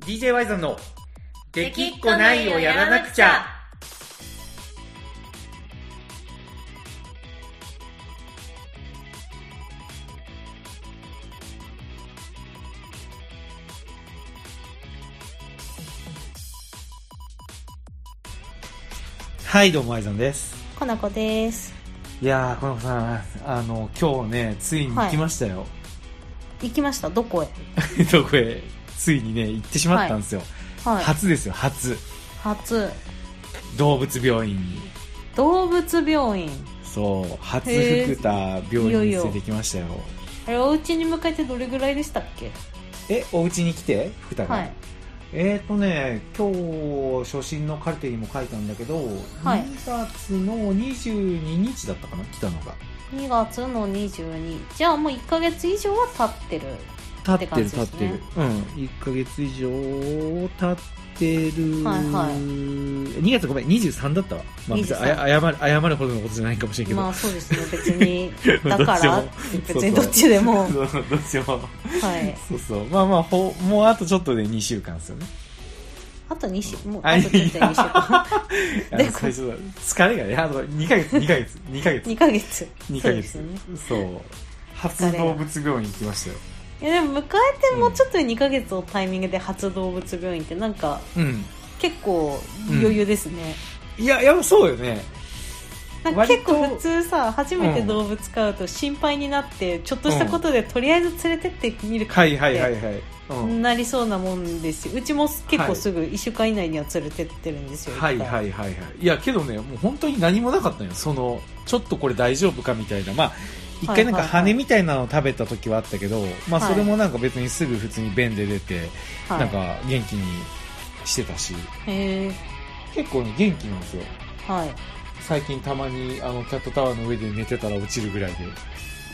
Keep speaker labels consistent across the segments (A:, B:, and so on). A: DJ ワイザンの「できっこないをやらなくちゃ」はいどうもワイザンです
B: かなこです
A: いやーこの子さんあの今日ねついに来ましたよ、
B: 行きましたどこ へ
A: どこへついにね行ってしまったんですよ、
B: はい
A: 初ですよ初
B: 初
A: 動物病院に
B: 動物病院
A: そう初
B: へー
A: 福田病院に連れてきましたよ
B: あれお家に迎えてどれぐらいでしたっけ
A: えお家に来て福田が、
B: はい
A: えっ、ー、とね今日初心のカルテにも書いたんだけど、
B: はい
A: 2月の22日だったかな来たのが
B: 2月の22じゃあもう1ヶ月以上は経ってる
A: 立ってる
B: って
A: 立
B: 感
A: っ
B: じです
A: て
B: ね
A: る、うん1ヶ月以上経ってる、
B: はいはい
A: 2月ごめん23だったわ、まあ、別にあや謝る謝るほどのことじゃないかもしれんけど、
B: まあそうですね別にだか
A: ど
B: ら
A: っちも
B: 別にどっち でも
A: そうそうどうしよう
B: はい
A: そうそうまあまあほもうあとちょっとで2週間ですよね
B: あと2週もう
A: あ
B: あとちょっと2週 間
A: あ
B: で
A: の最初だ疲れがねあと2ヶ月2ヶ月2ヶ月
B: 2
A: 2
B: ヶ月そう
A: ヶ
B: です
A: 月
B: よね
A: そう初
B: 疲れが
A: 動物病院行きましたよ
B: いやでも迎えてもうちょっとで2ヶ月のタイミングで初動物病院ってなんか
A: うん
B: 結構余裕ですね、
A: いやいやそうよね
B: なんか結構
A: 割と
B: 普通さ初めて動物飼うと心配になって、ちょっとしたことでとりあえず連れてってみるか
A: は
B: っ
A: いはいはい
B: て
A: はい、うん、
B: なりそうなもんですしうちも結
A: はい
B: 構すぐ1週間以内には連れてってるんですよ、
A: はいはいはいはいいやけどねもう本当に何もなかったのよそのちょっとこれ大丈夫かみたいなまあ一回なんか
B: はいはいはい
A: 羽みたいなの食べた時はあったけど、まあ
B: はい
A: それもなんか別にすぐ普通に便で出て、
B: はい
A: なんか元気にしてたし
B: へえ
A: 結構ね元気なんですよ
B: はい
A: 最近たまにあのキャットタワーの上で寝てたら落ちるぐらいで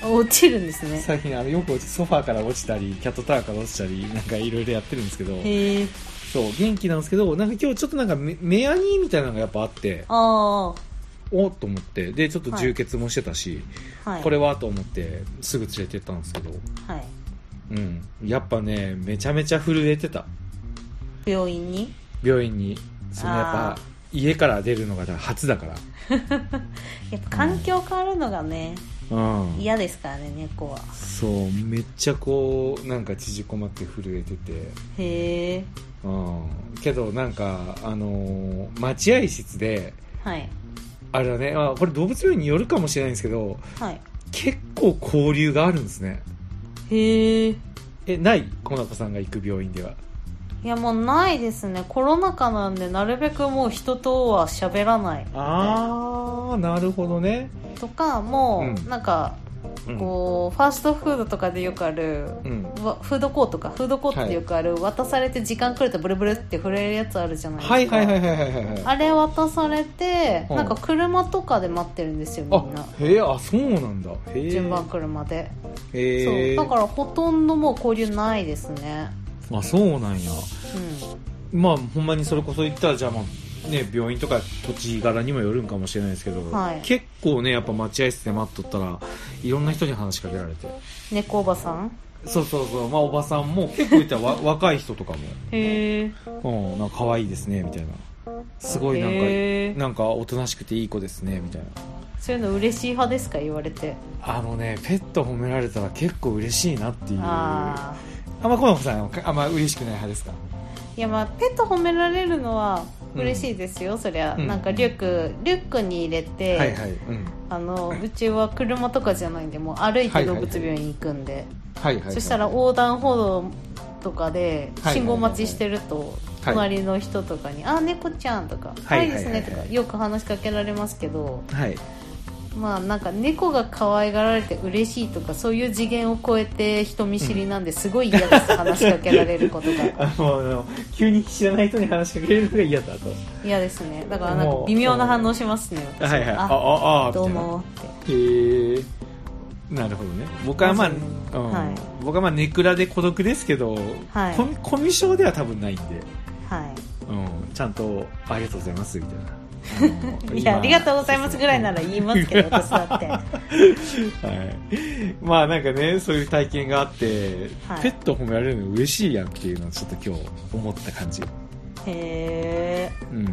B: 落ちるんですね
A: 最近あのよく落ちソファーから落ちたりキャットタワーから落ちたりなんかいろいろやってるんですけど
B: へえ
A: そう元気なんですけどなんか今日ちょっとなんかメ目やにみたいなのがやっぱあって
B: あ
A: おっと思ってでちょっと
B: はい
A: 充血もしてたし、
B: あはい
A: これはと思ってすぐ連れてったんですけど
B: はい
A: うんやっぱねめちゃめちゃ震えてた
B: 病院に
A: 病院にそのやっ
B: あ
A: ぱ
B: ー
A: 家から出るのが初だから
B: やっぱ環境変わるのがね
A: うん
B: 嫌ですからね猫は
A: そうめっちゃこうなんか縮こまって震えてて
B: へえ
A: うんけどなんかあのー待合室で
B: はい
A: あれはねあこれ動物病院によるかもしれないんですけど
B: はい
A: 結構交流があるんですね
B: へえ
A: えないコナコさんが行く病院ではい
B: やもうないですねコロナ禍なんでなるべくもう人とは喋らない
A: ああなるほどね、
B: とかも
A: うん
B: うなんか
A: うん
B: こうファーストフードとかでよくある
A: うん
B: わフードコートかフードコートでよくある渡されて時間くれてブルブルって触れるやつあるじゃないですか
A: はいはいはいはいはいはい
B: あれ渡されて
A: うん
B: なんか車とかで待ってるんですよみんな
A: あへえあそうなんだへえ
B: 順番車で
A: へ
B: そう
A: え
B: だからほとんどもう交流ないですね
A: あそうなんや
B: う
A: まあほんまにそれこそ言ったらじゃあまあね病院とか土地柄にもよるんかもしれないですけど、
B: はい
A: 結構ねやっぱ待合室で待っとったらいろんな人に話しかけられて
B: ん猫おばさん
A: そうそうそうまあおばさんも結構言ったらわ 若い人とか
B: へえ
A: もうんなんか可愛いですねみたいなすごいなんか
B: へー
A: なんかおとなしくていい子ですねみたいな
B: そういうの嬉しい派ですか言われて
A: あのねペット褒められたら結構嬉しいなっていうあ
B: ああ
A: んまこの子さんあんま嬉しくない派ですか
B: いやまあペット褒められるのは嬉しいですよ、そりゃ、
A: うん
B: なんかリュックリュックに入れて、
A: はいはい、うん、
B: あのうちは車とかじゃないんでもう歩い
A: は
B: て
A: いはい
B: 動
A: はい
B: 物病院行くんで、
A: はいはいはい
B: そしたら横断歩道とかで
A: はい
B: 信号待ちしてると、
A: はい
B: 隣の人とかに「あ猫ちゃん」とか「
A: は
B: 可
A: い
B: 愛いです
A: はい
B: ね」とか
A: はいはい
B: よく話しかけられますけど
A: はい
B: まあなんか猫が可愛がられて嬉しいとかそういう次元を超えて人見知りなんですごい嫌です、 話しかけられることが。
A: あのあの急に知らない人に話しかけるのが嫌だと
B: 嫌ですねだからなん
A: も
B: か
A: う
B: 微妙な反応しますね私
A: はいはいあ
B: あ
A: ああ
B: どう
A: みたいな
B: もって
A: へえなるほどね僕はまあ、
B: まず
A: うん
B: はい
A: 僕はまあネクラで孤独ですけど、
B: はい
A: コミコミュ障では多分ないんで、
B: は
A: うん、ちゃんとありがとうございますみたいなあの
B: い
A: 今
B: やありがとうございますぐらいなら言います けど私だって
A: はい、まあなんかねそういう体験があって、
B: はい
A: ペット褒められるの嬉しいやんっていうのをちょっと今日思った感じ
B: へ
A: うん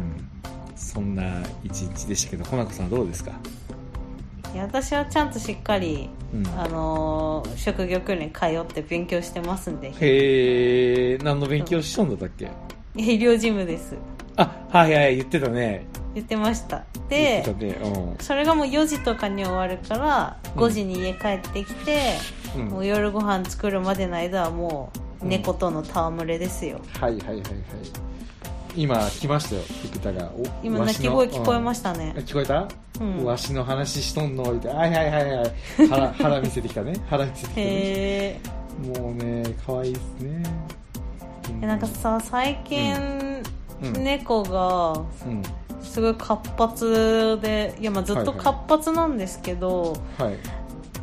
A: そんな一日でしたけどほなこさんどうですか、
B: え私はちゃんとしっかり、
A: うん、
B: あのー職業訓練通って勉強してますんで
A: へえ何の勉強しとんだったっけ
B: 医療事務です
A: あはいはい言ってたね
B: 言ってました
A: 言っ
B: で
A: てたね
B: それがもう4時とかに終わるから5時に家帰ってきて、
A: うん、うん、
B: も
A: は
B: う
A: い
B: 夜ご飯作るまでの間はもう猫との戯れですよ、
A: はいはいはい今来ましたよ菊田がお
B: 今
A: わ
B: 鳴
A: し
B: き
A: の
B: 声聞こえ
A: うん
B: ましたね
A: あ、聞こえた
B: うん
A: わしの話しとんのみたいな。はいはいはいはい。 腹、腹見せてきたね。腹見せてきたね。
B: へ
A: もうね、可愛いですね。うん
B: えなんかさ最近、
A: うん
B: 猫が
A: うん。
B: すごい活発でいやまあずっと活発なんですけど、
A: はい。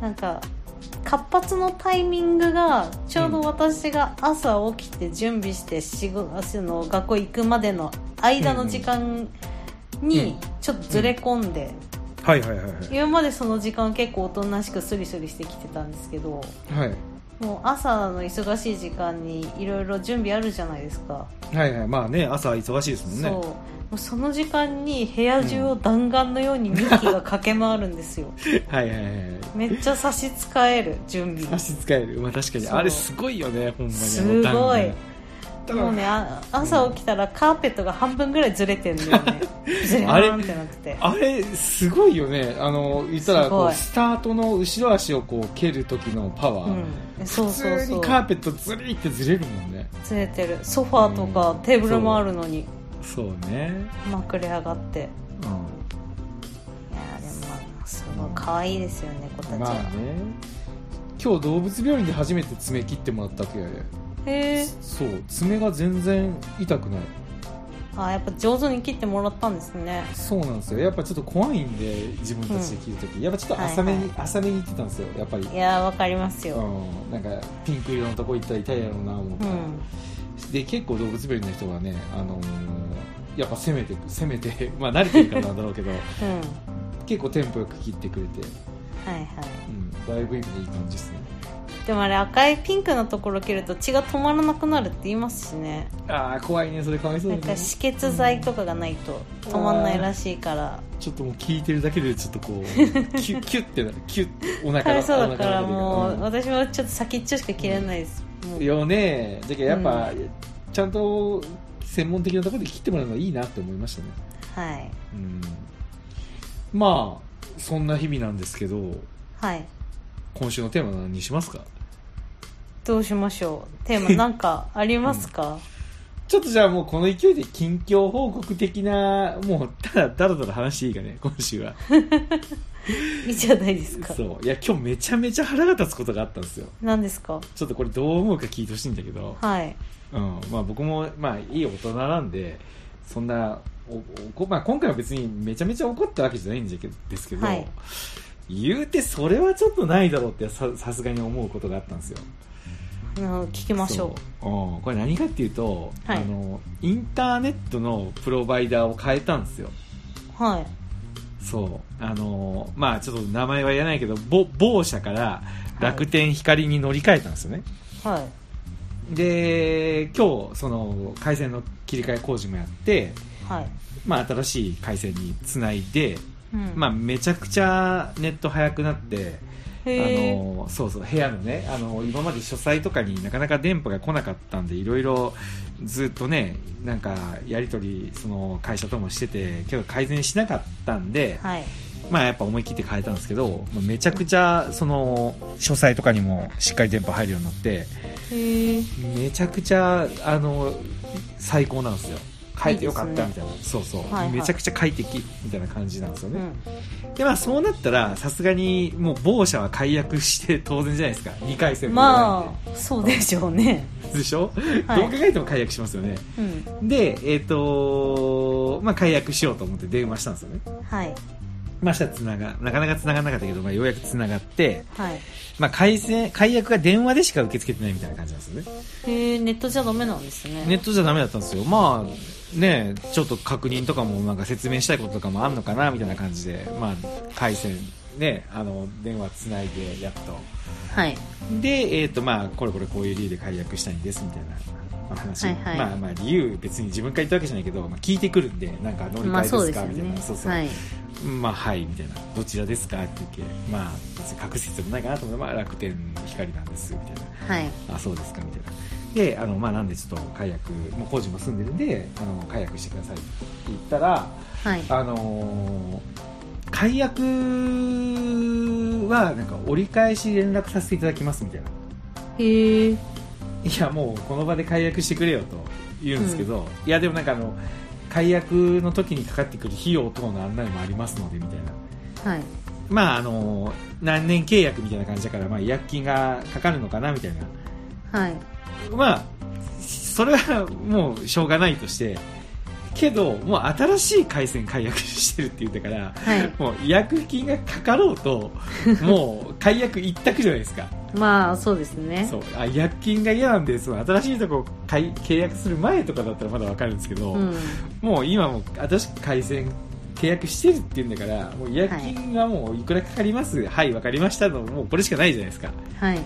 B: なんか活発のタイミングがちょうど私が朝起きて準備して仕事あの学校行くまでの間の時間
A: うん
B: にちょっとずれ込んで、
A: はいはいはいは
B: 今までその時間結構おとなしくスリスリしてきてたんですけど
A: い。はい。
B: もう朝の忙しい時間にいろいろ準備あるじゃないですか、
A: はいはい。まあね、朝忙しいですもん
B: そう
A: ね。
B: もうその時間に部屋中を弾丸のように2匹が駆け回るんで すよ
A: はいはいはいはい。
B: めっちゃ差し支える準備
A: 差し使える。まあ確かに。
B: そう
A: あれすごいよね、ほんまに。
B: す
A: あの
B: ご
A: 段が
B: い
A: ね。だから
B: もうねあ朝起きたらカーペットが半分ぐらいずれてん だよねずれーんってなってて
A: あれ、すごいよね。あの、言ったら、こ
B: すご
A: う、
B: い
A: スタートの後ろ足をこう、蹴る時のパワー。
B: うん、そう
A: 普
B: そう
A: 通
B: そ
A: に
B: う
A: カーペットずりってずれるもんね。
B: ずれてるソファーとかテーブルもあるのに
A: そうね。
B: まくれ上がっていや
A: うん。
B: ーでもまあすごい可愛いですよね子たちは、
A: まあね今日動物病院で初めて爪切ってもらったとやで
B: へえ
A: そう爪が全然痛くない
B: あやっぱ上手に切ってもらったんですね
A: そうなんですよやっぱちょっと怖いんで自分たちで切るとき、やっぱちょっと浅めに、
B: はい
A: 浅めに切ってたんですよやっぱり
B: いやーわかりますよ、
A: うん、なんかピンク色のとこ行ったら痛いやろうな思っ
B: う
A: た、
B: ん、
A: で結構動物病院の人がね、あのーやっぱ攻めて攻めて まあ慣れてるからなんだろうけど
B: うん、
A: 結構テンポよく切ってくれて、
B: はいは
A: うん、だいぶ今いい感じですね
B: いでもあれ赤いピンクのところ切ると血が止まらなくなるって言いますしね
A: ああ怖いねそれかわいそう
B: な
A: だ
B: ん
A: ね
B: か止血剤とかがないと止まんないらしいから
A: ちょっともう聞いてるだけでちょっと こうキュッキュッてなキュッてお腹
B: かわ
A: が
B: いそうだか
A: お腹が
B: ら
A: 出て
B: もう
A: る
B: 私もちょっと先っちょしか切れないです、も
A: う
B: うん
A: よねじゃけやっぱ、ちゃんと専門的なところで切ってもらうのがいいなって思いましたね
B: はい
A: うんまあそんな日々なんですけど
B: はい
A: 今週のテーマは何にしますか
B: どうしましょうテーマなんかありますか、
A: ちょっとじゃあもうこの勢いで近況報告的なもうただだらだら話していいかね今週は
B: いいじゃないですか
A: そういや今日めちゃめちゃ腹が立つことがあったんですよ
B: 何ですか
A: ちょっとこれどう思うか聞いてほしいんだけど
B: はい
A: うんまあ、僕も、まあ、いい大人なんでそんなおおこまあ、今回は別にめちゃめちゃ怒ったわけじゃないんじゃけですけど、
B: はい
A: 言うてそれはちょっとないだろうってささすがに思うことがあったんですよ。
B: あの聞きましょ
A: そううんこれ何かっていうと、
B: はい
A: あのインターネットのプロバイダーを変えたんですよ。
B: うはい
A: そうあのまあちょっと名前は言えないけど某某社から楽天光に乗り換えたんですよね。
B: はい
A: で今日その回線の切り替え工事もやって、
B: はい、
A: まあ、新しい回線につないで、
B: うん
A: まあ、めちゃくちゃネット早くなって、
B: へ
A: あ
B: え
A: のそうそう部屋のねあの今まで書斎とかになかなか電波が来なかったんでいろいろずっとねなんかやり取りその会社ともしててけど改善しなかったんで、
B: はい
A: まあ、やっぱ思い切って変えたんですけど、まあめちゃくちゃその書斎とかにもしっかり電波入るようになって。
B: へえ
A: めちゃくちゃあの最高なんですよ書いてよかった
B: いい
A: み
B: で
A: たいなそうそう、
B: はいはい
A: めちゃくちゃ快適みたいな感じなんですよ
B: う
A: ね、
B: ん
A: でまあそうなったらさすがにもう某社は解約して当然じゃないですか2回戦も
B: まあそうでしょうね
A: あでしょ、
B: はい
A: どう考えても解約しますよね
B: うん
A: でえっ、とまあ解約しようと思って電話したんですよね
B: はい
A: ましたつながなかなかつながらなかったけど、まあ、ようやくつながって、
B: はい
A: まあ、改善解約が電話でしか受け付けてないみたいな感じなんですよね
B: へえネットじゃダメなんですね
A: ネットじゃダメだったんですよまあねちょっと確認とかもなんか説明したいこととかもあんのかなみたいな感じで、まあ、回線ねあの電話つないでやっと
B: はい
A: で、えーとまあ、これこれこういう理由で解約したいんですみたいなまあ話、
B: はいはい
A: まあまあ理由別に自分から言ったわけじゃないけど、まあ、聞いてくるんでなんか乗り
B: ま
A: 換え
B: あ
A: ですか、
B: そうですよ
A: みたい
B: ね
A: なそうそう、
B: はい
A: まあはいみたいなどちらですかって言ってまあ別に隠す必要もないかなと思って、まあ、楽天光なんですみたいな
B: はい
A: あそうですかみたいなであの、まあ、なんでちょっと解約もう工事も住んでるんであの解約してくださいって言ったら
B: はい
A: あのー解約はなんか折り返し連絡させていただきますみたいな
B: へえ
A: いやもうこの場で解約してくれよと言うんですけど、いやでもなんかあの解約の時にかかってくる費用等の案内もありますのでみたいな
B: はい
A: まああのー何年契約みたいな感じだから、まあ、違約金がかかるのかなみたいな
B: はい
A: まあ、それはもうしょうがないとして、けど、もう新しい回線解約してるって言うんだから、
B: はい
A: もう違約金がかかろうと、もう解約一択じゃないですか。
B: まあそうですね
A: そう。あ、違約金が嫌なんで、その新しいとこ解契約する前とかだったらまだわかるんですけど、
B: うん
A: もう今もう新しく回線契約してるって言うんだから、もう違約金がもういくらかかります、はい、わかりましたの、もうこれしかないじゃないですか。
B: はい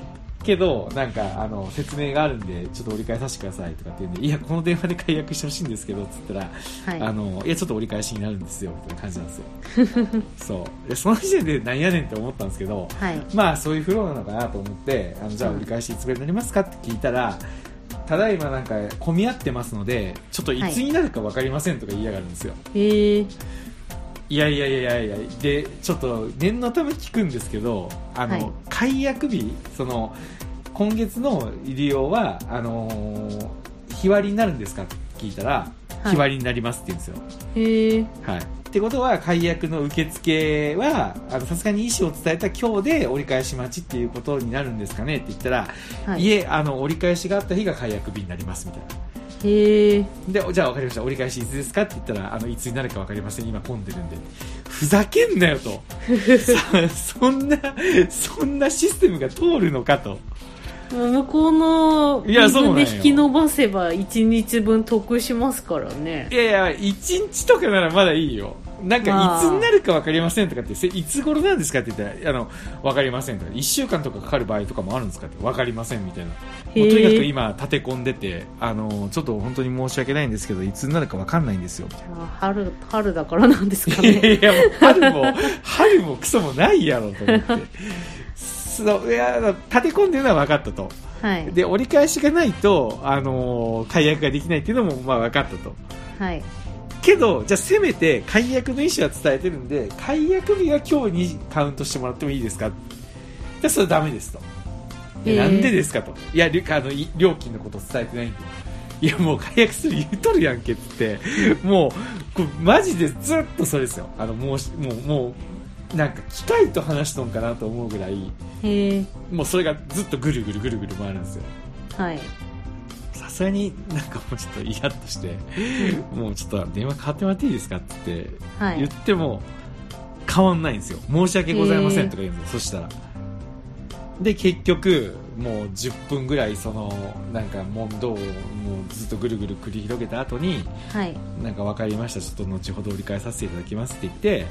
A: けどなんかあの説明があるんでちょっと折り返させてくださいとかって言うんでいやこの電話で解約してほしいんですけどっつったら、
B: はい
A: あのいやちょっと折り返しになるんですよみたいな感じなんですよ そうでその時点でなんやねんって思ったんですけど
B: はい
A: まあそういうフローなのかなと思ってあのじゃあ
B: うん
A: 折り返しいつぐらいになりますかって聞いたら、ただいまなんか混み合ってますのでちょっといつになるか分かりませんとか言いやがるんですよ、
B: へえ
A: いやいやいやいやいやでちょっと念のため聞くんですけどあの、
B: はい
A: 解約日その今月の利用はあのー日割りになるんですかって聞いたら、
B: はい
A: 日割りになりますって言うんですよ、
B: へえ
A: はい、ってことは解約の受付はあのさすがに意思を伝えた今日で折り返し待ちっていうことになるんですかねって言ったら、、
B: はいい
A: えあの折り返しがあった日が解約日になりますみたいな
B: へえ
A: でじゃあ分かりました折り返しいつですかって言ったらあのいつになるか分かりません今混んでるんでふざけんなよ とさそんなそんなシステムが通るのかと
B: もう向こうの
A: いやそうなんよ
B: 水で引き伸ばせば1日分得しますからね
A: いやいや1日とかならまだいいよなん
B: ま
A: か
B: あ
A: いつになるか分かりませんとかってせいつ頃なんですかって言ったらあの分かりませんとか1週間とかかかる場合とかもあるんですかって分かりませんみたいなも
B: へ
A: う
B: え
A: とにかく今立て込んでてあのちょっと本当に申し訳ないんですけどいつになるか分かんないんですよみたいな
B: まあ春春だからなんで すか
A: いや
B: ね
A: いやもう春も春もクソもないやろと思ってそういやあの立て込んでるのは分かったと
B: はい
A: で折り返しがないと、あのー解約ができないっていうのもまあ分かったと
B: はい
A: けどじゃあせめて解約の意思は伝えてるんで解約日は今日にカウントしてもらってもいいですかじゃあそれはダメですといや
B: へ
A: な
B: ー
A: んでですかといやりあのい料金のこと伝えてないんでいやもう解約する言うとるやんけってってもうこれマジでずっとそれですよあのもうしもうもうなんか機械と話しとんかなと思うぐらい
B: へえ
A: もうそれがずっとぐるぐるぐるぐる回るんですよ
B: はい
A: さすがになんかもうちょっとイラッとしてもうちょっと電話変わってもらっていいですかって
B: は
A: 言っ
B: い
A: ても変わんないんですよ申し訳ございませんとか言うの、そしたらで結局もう10分ぐらいそのなんか問答をもうずっとぐるぐる繰り広げた後に
B: はい
A: なんか分かりましたちょっと後ほど折り返させていただきますって言って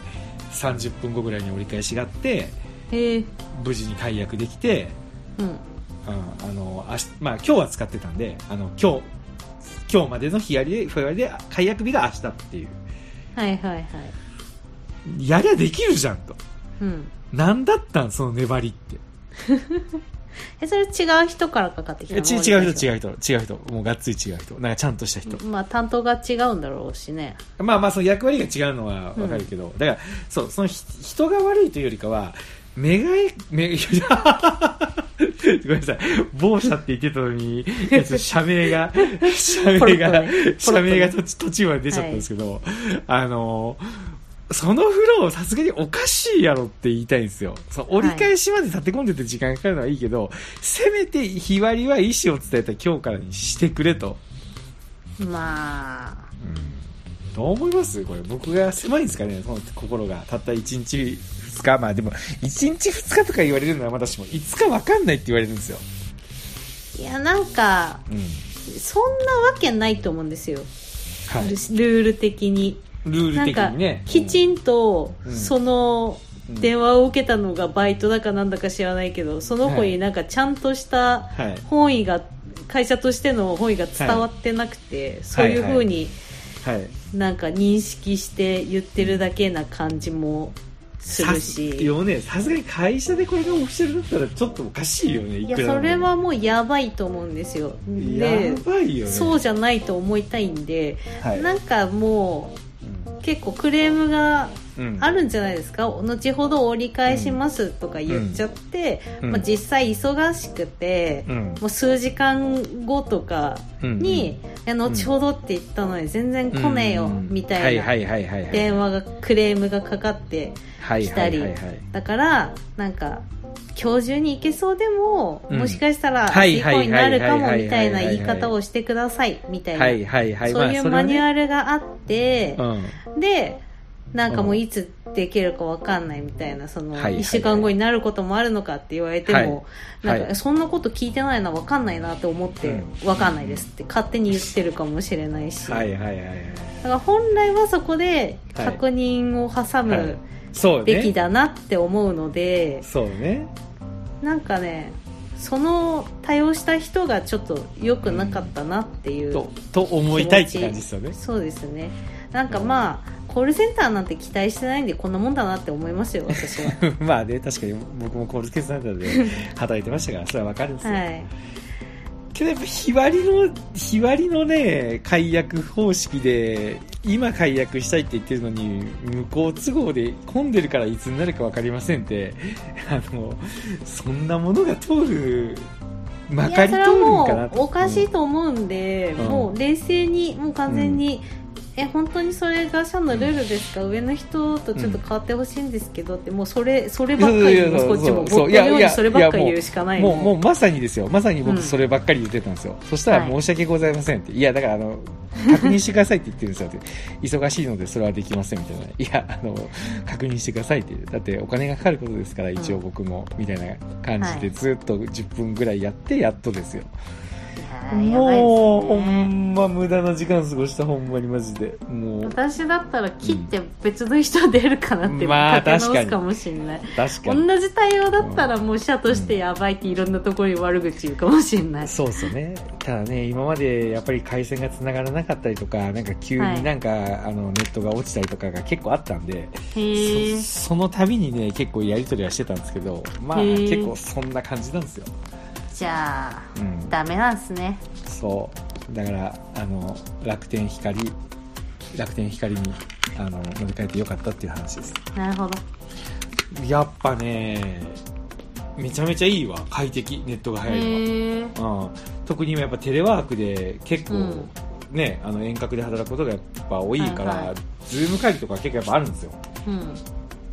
A: 30分後ぐらいに折り返しがあって
B: へえ
A: 無事に解約できて、
B: うん
A: うんあの明日まあ、今日は使ってたんであの今日今日までの日割りで日割りで解約日が明日っていう
B: はいはいはい
A: やりゃできるじゃんと
B: うん
A: なんだったんその粘りって
B: えそれ違う人からかかってきた
A: え
B: の
A: ち違う人
B: う
A: 違う人違う人もうがっつり違う人なんかちゃんとした人、
B: まあ担当が違うんだろうしね
A: まあまあその役割が違うのはわかるけど、だからそうそのひ人が悪いというよりかは目がえめ ごめんなさい某社って言ってたのにいやちょっと社名が社名
B: ポロ
A: が
B: ッとね
A: 社名が途中途中まで出ちゃったんですけど、あのそのフローさすがにおかしいやろって言いたいんですよそう折り返しまで立て込んでて時間かかるのはいいけど、せめて日割りは意思を伝えた今日からにしてくれと。
B: まあ
A: どう思いますこれ僕が狭いんですかねその心がたった1日2日まあでも1日2日とか言われるのはまだしも5日わかんないって言われるんですよ
B: いやなんか
A: うん
B: そんなわけないと思うんですよ、
A: はい
B: ルルール的に
A: ルール的
B: なん
A: にね
B: かきち
A: ん
B: んと
A: うん
B: その
A: うん
B: 電話を受けたのがバイトだかなんだか知らないけどその子
A: は
B: に
A: い
B: なんかちゃんとした
A: はい
B: 本意が会社としての本意が伝わってなくて、そういうふうに
A: はい
B: なんか認識して言ってるだけな感じもする
A: さ
B: し
A: でもねさすがに会社でこれがオフィシャルだったらちょっとおかしいよねい
B: い
A: くら
B: や
A: でも
B: それはもうやばいと思うんですよで
A: やばいよね
B: そうじゃないと思いたいんで、
A: はい
B: なんかもう結構クレームが
A: うんうん
B: あるんじゃないですか、後ほど折り返しますとか言っちゃって、
A: うん
B: まあ、実際忙しくて、
A: うん
B: もう数時間後とかに、いや後ほどって言ったのに全然来ねえよ
A: うん
B: みたい
A: は
B: な
A: は
B: い
A: いはいはいはい
B: 電話がクレームがかかって
A: はい
B: したり
A: はいはいはい
B: だからなんか今日中に行けそうでも、
A: うん
B: もしかしたら
A: は
B: 明日
A: い
B: 以
A: はい
B: 降になるかも
A: はいはいはい
B: みたいな
A: はいはい
B: 言い方をしてくださいみたいな、
A: はいはいはい
B: そういうマニュ
A: ア
B: アルがあって、
A: うん
B: でなんかもういつできるかわかんないみたいなその
A: はいはいはい
B: 1週間後になることもあるのかって言われても、
A: はい
B: なん
A: は
B: か
A: い
B: そんなこと聞いてないなわかんないなって思って
A: う
B: わかんないですって勝手に言ってるかもしれないし、
A: はいはいはいはい
B: だから本来はそこで
A: はい
B: 確認を挟
A: はい
B: む
A: そうね
B: べきだなって思うので、
A: そうね
B: なんかねその対応した人がちょっと良くなかったなっていう、
A: とと思いたいって感じですよね
B: そうですねなんかまあ、コールセンターなんて期待してないんでこんなもんだなって思いますよ私 は
A: まあね確かに僕もコールスケーターで 働いてましたからそれはわかるんですよ、
B: はい
A: けどやっぱ日割りの日割りのね解約方式で今解約したいって言ってるのに向こう都合で混んでるからいつになるか分かりませんってあのそんなものが通るま
B: い
A: か
B: や
A: り
B: そ
A: 通
B: れ
A: る
B: は
A: んか
B: も
A: な
B: うおかしい
A: と
B: と思うんで、
A: うん
B: もう冷静にもう完全に、え本当にそれが社のルールですか、上の人とちょっと変わってほしいんですけどってもうそれそればっかり言います
A: い
B: こ
A: やいや
B: っち
A: そ
B: も
A: うそう
B: 僕
A: いや
B: のよう
A: い
B: に
A: や
B: それ
A: い
B: ばっか
A: や
B: り
A: もう
B: 言うしかない
A: もうもう
B: う
A: まさにですよまさに
B: うん
A: 僕そればっかり言ってたんですよ、そしたら
B: はい
A: 申し訳ございませんって、い、やだからあの確認してくださいって言ってるんですよって忙しいのでそれはできませんみたいないやあの確認してくださいってだってお金がかかることですから一応僕も、みたいな感じ
B: は
A: で
B: い
A: ずっと10分ぐらいやってやっとですよ、もうほ
B: も
A: んま無駄な時間過ごしたほんまにマジでもう
B: 私だったら切って別の人出るかなって、
A: まあ
B: かけ
A: 確
B: 直
A: か
B: す
A: に
B: かもしれない
A: 確かに
B: 同じ対応だったらもう社としてやばいっていろんなところに悪口言うかもしれない、
A: そうですよねただね今までやっぱり回線がつながらなかったりとかなんか急になんか、あのネットが落ちたりとかが結構あったんで、
B: へえ
A: そその度にね結構やり取りはしてたんですけどまあ
B: へー
A: 結構そんな感じなんですよ、
B: じゃあ
A: うん、
B: ダメなんですね
A: そうだからあの楽天光楽天光にあの乗り換えてよかったっていう話です
B: なるほど
A: やっぱねめちゃめちゃいいわ快適ネットが
B: へ
A: 速いのは、
B: え
A: うん、特に今やっぱテレワークで結構、
B: うん
A: ね、あの遠隔で働くことがやっぱ多いから、
B: はいはい
A: ズーム会議とか結構やっぱあるんですよ
B: うん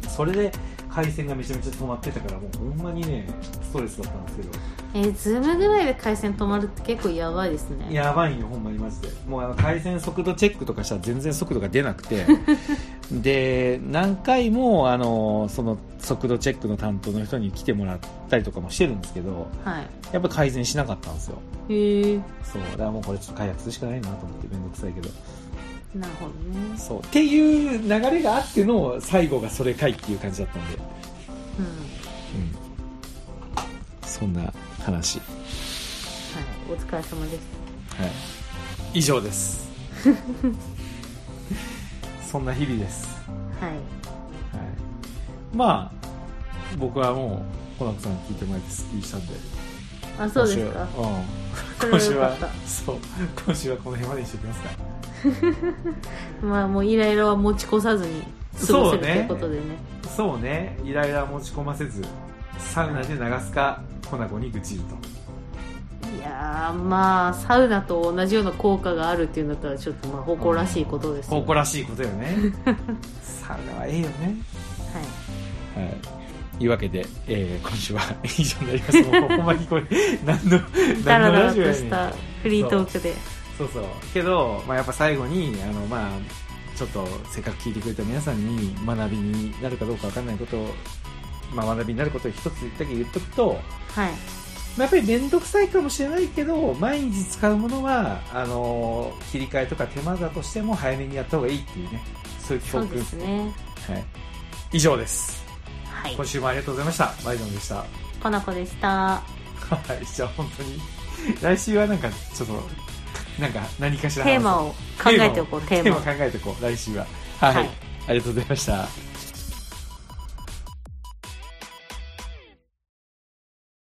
A: それで回線がめちゃめちゃ止まってたからもうほんまにねストレスだったんですけど
B: えー、ズームぐらいで回線止まるって結構やばいですね
A: やばいよほんまにマジでもうあの回線速度チェックとかしたら全然速度が出なく てで何回もあのその速度チェックの担当の人に来てもらったりとかもしてるんですけど
B: は
A: やっぱ改善しなかったんですよ
B: いへえ
A: そうだからもうこれちょっと開発するしかないなと思って面倒くさいけど
B: なるほどね
A: そうっていう流れがあっての最後がそれかいっていう感じだったんで、
B: うん
A: そんな話、は
B: はいお疲れ様です
A: い、以上です そんな日々です、
B: はい
A: はい、まあ僕はもうコナコさんに聞いてもらってすっきりしたんで
B: あそうですか
A: 今週は
B: そ
A: うん今週
B: れはよか
A: は
B: った
A: そう今週はこの辺までにしておきますか
B: まあもうイライラは持ち越さずに過ごせるということでね
A: そうねイライラ持ち込ませずサウナで流すかコナコに愚痴ると
B: いやーまあサウナと同じような効果があるっていうんだったらちょっとまあ誇らしいことですよ、
A: 誇らしいことよねサウナはええよね
B: はい
A: はいいうわけで、えー今週は以上になりますもうほんまにこれ何の
B: ダラ
A: 何の
B: ダ
A: ラ
B: ラと
A: ジオやね
B: し
A: ん
B: たフリートークで
A: そうそうけど、まあ、やっぱ最後にあのまあちちょっとせっかく聞いてくれた皆さんに学びになるかどうかわかんないことを、まあ、学びになることを一つだけ言っとくと、
B: はい
A: まあ、やっぱり面倒くさいかもしれないけど毎日使うものはあの切り替えとか手間だとしても早めにやった方がいいっていうねそういう教
B: そう
A: 訓
B: ですね
A: はい、以上です
B: はい
A: 今週もありがとうございましたバイドンでした
B: コナコでした
A: はいじゃあ本当に来週はなんかちょっとなんか何かしら話
B: テー
A: そう
B: マを考えておこうテーマを
A: テーマ考えてこう来週ははい、
B: はい
A: ありがとうございました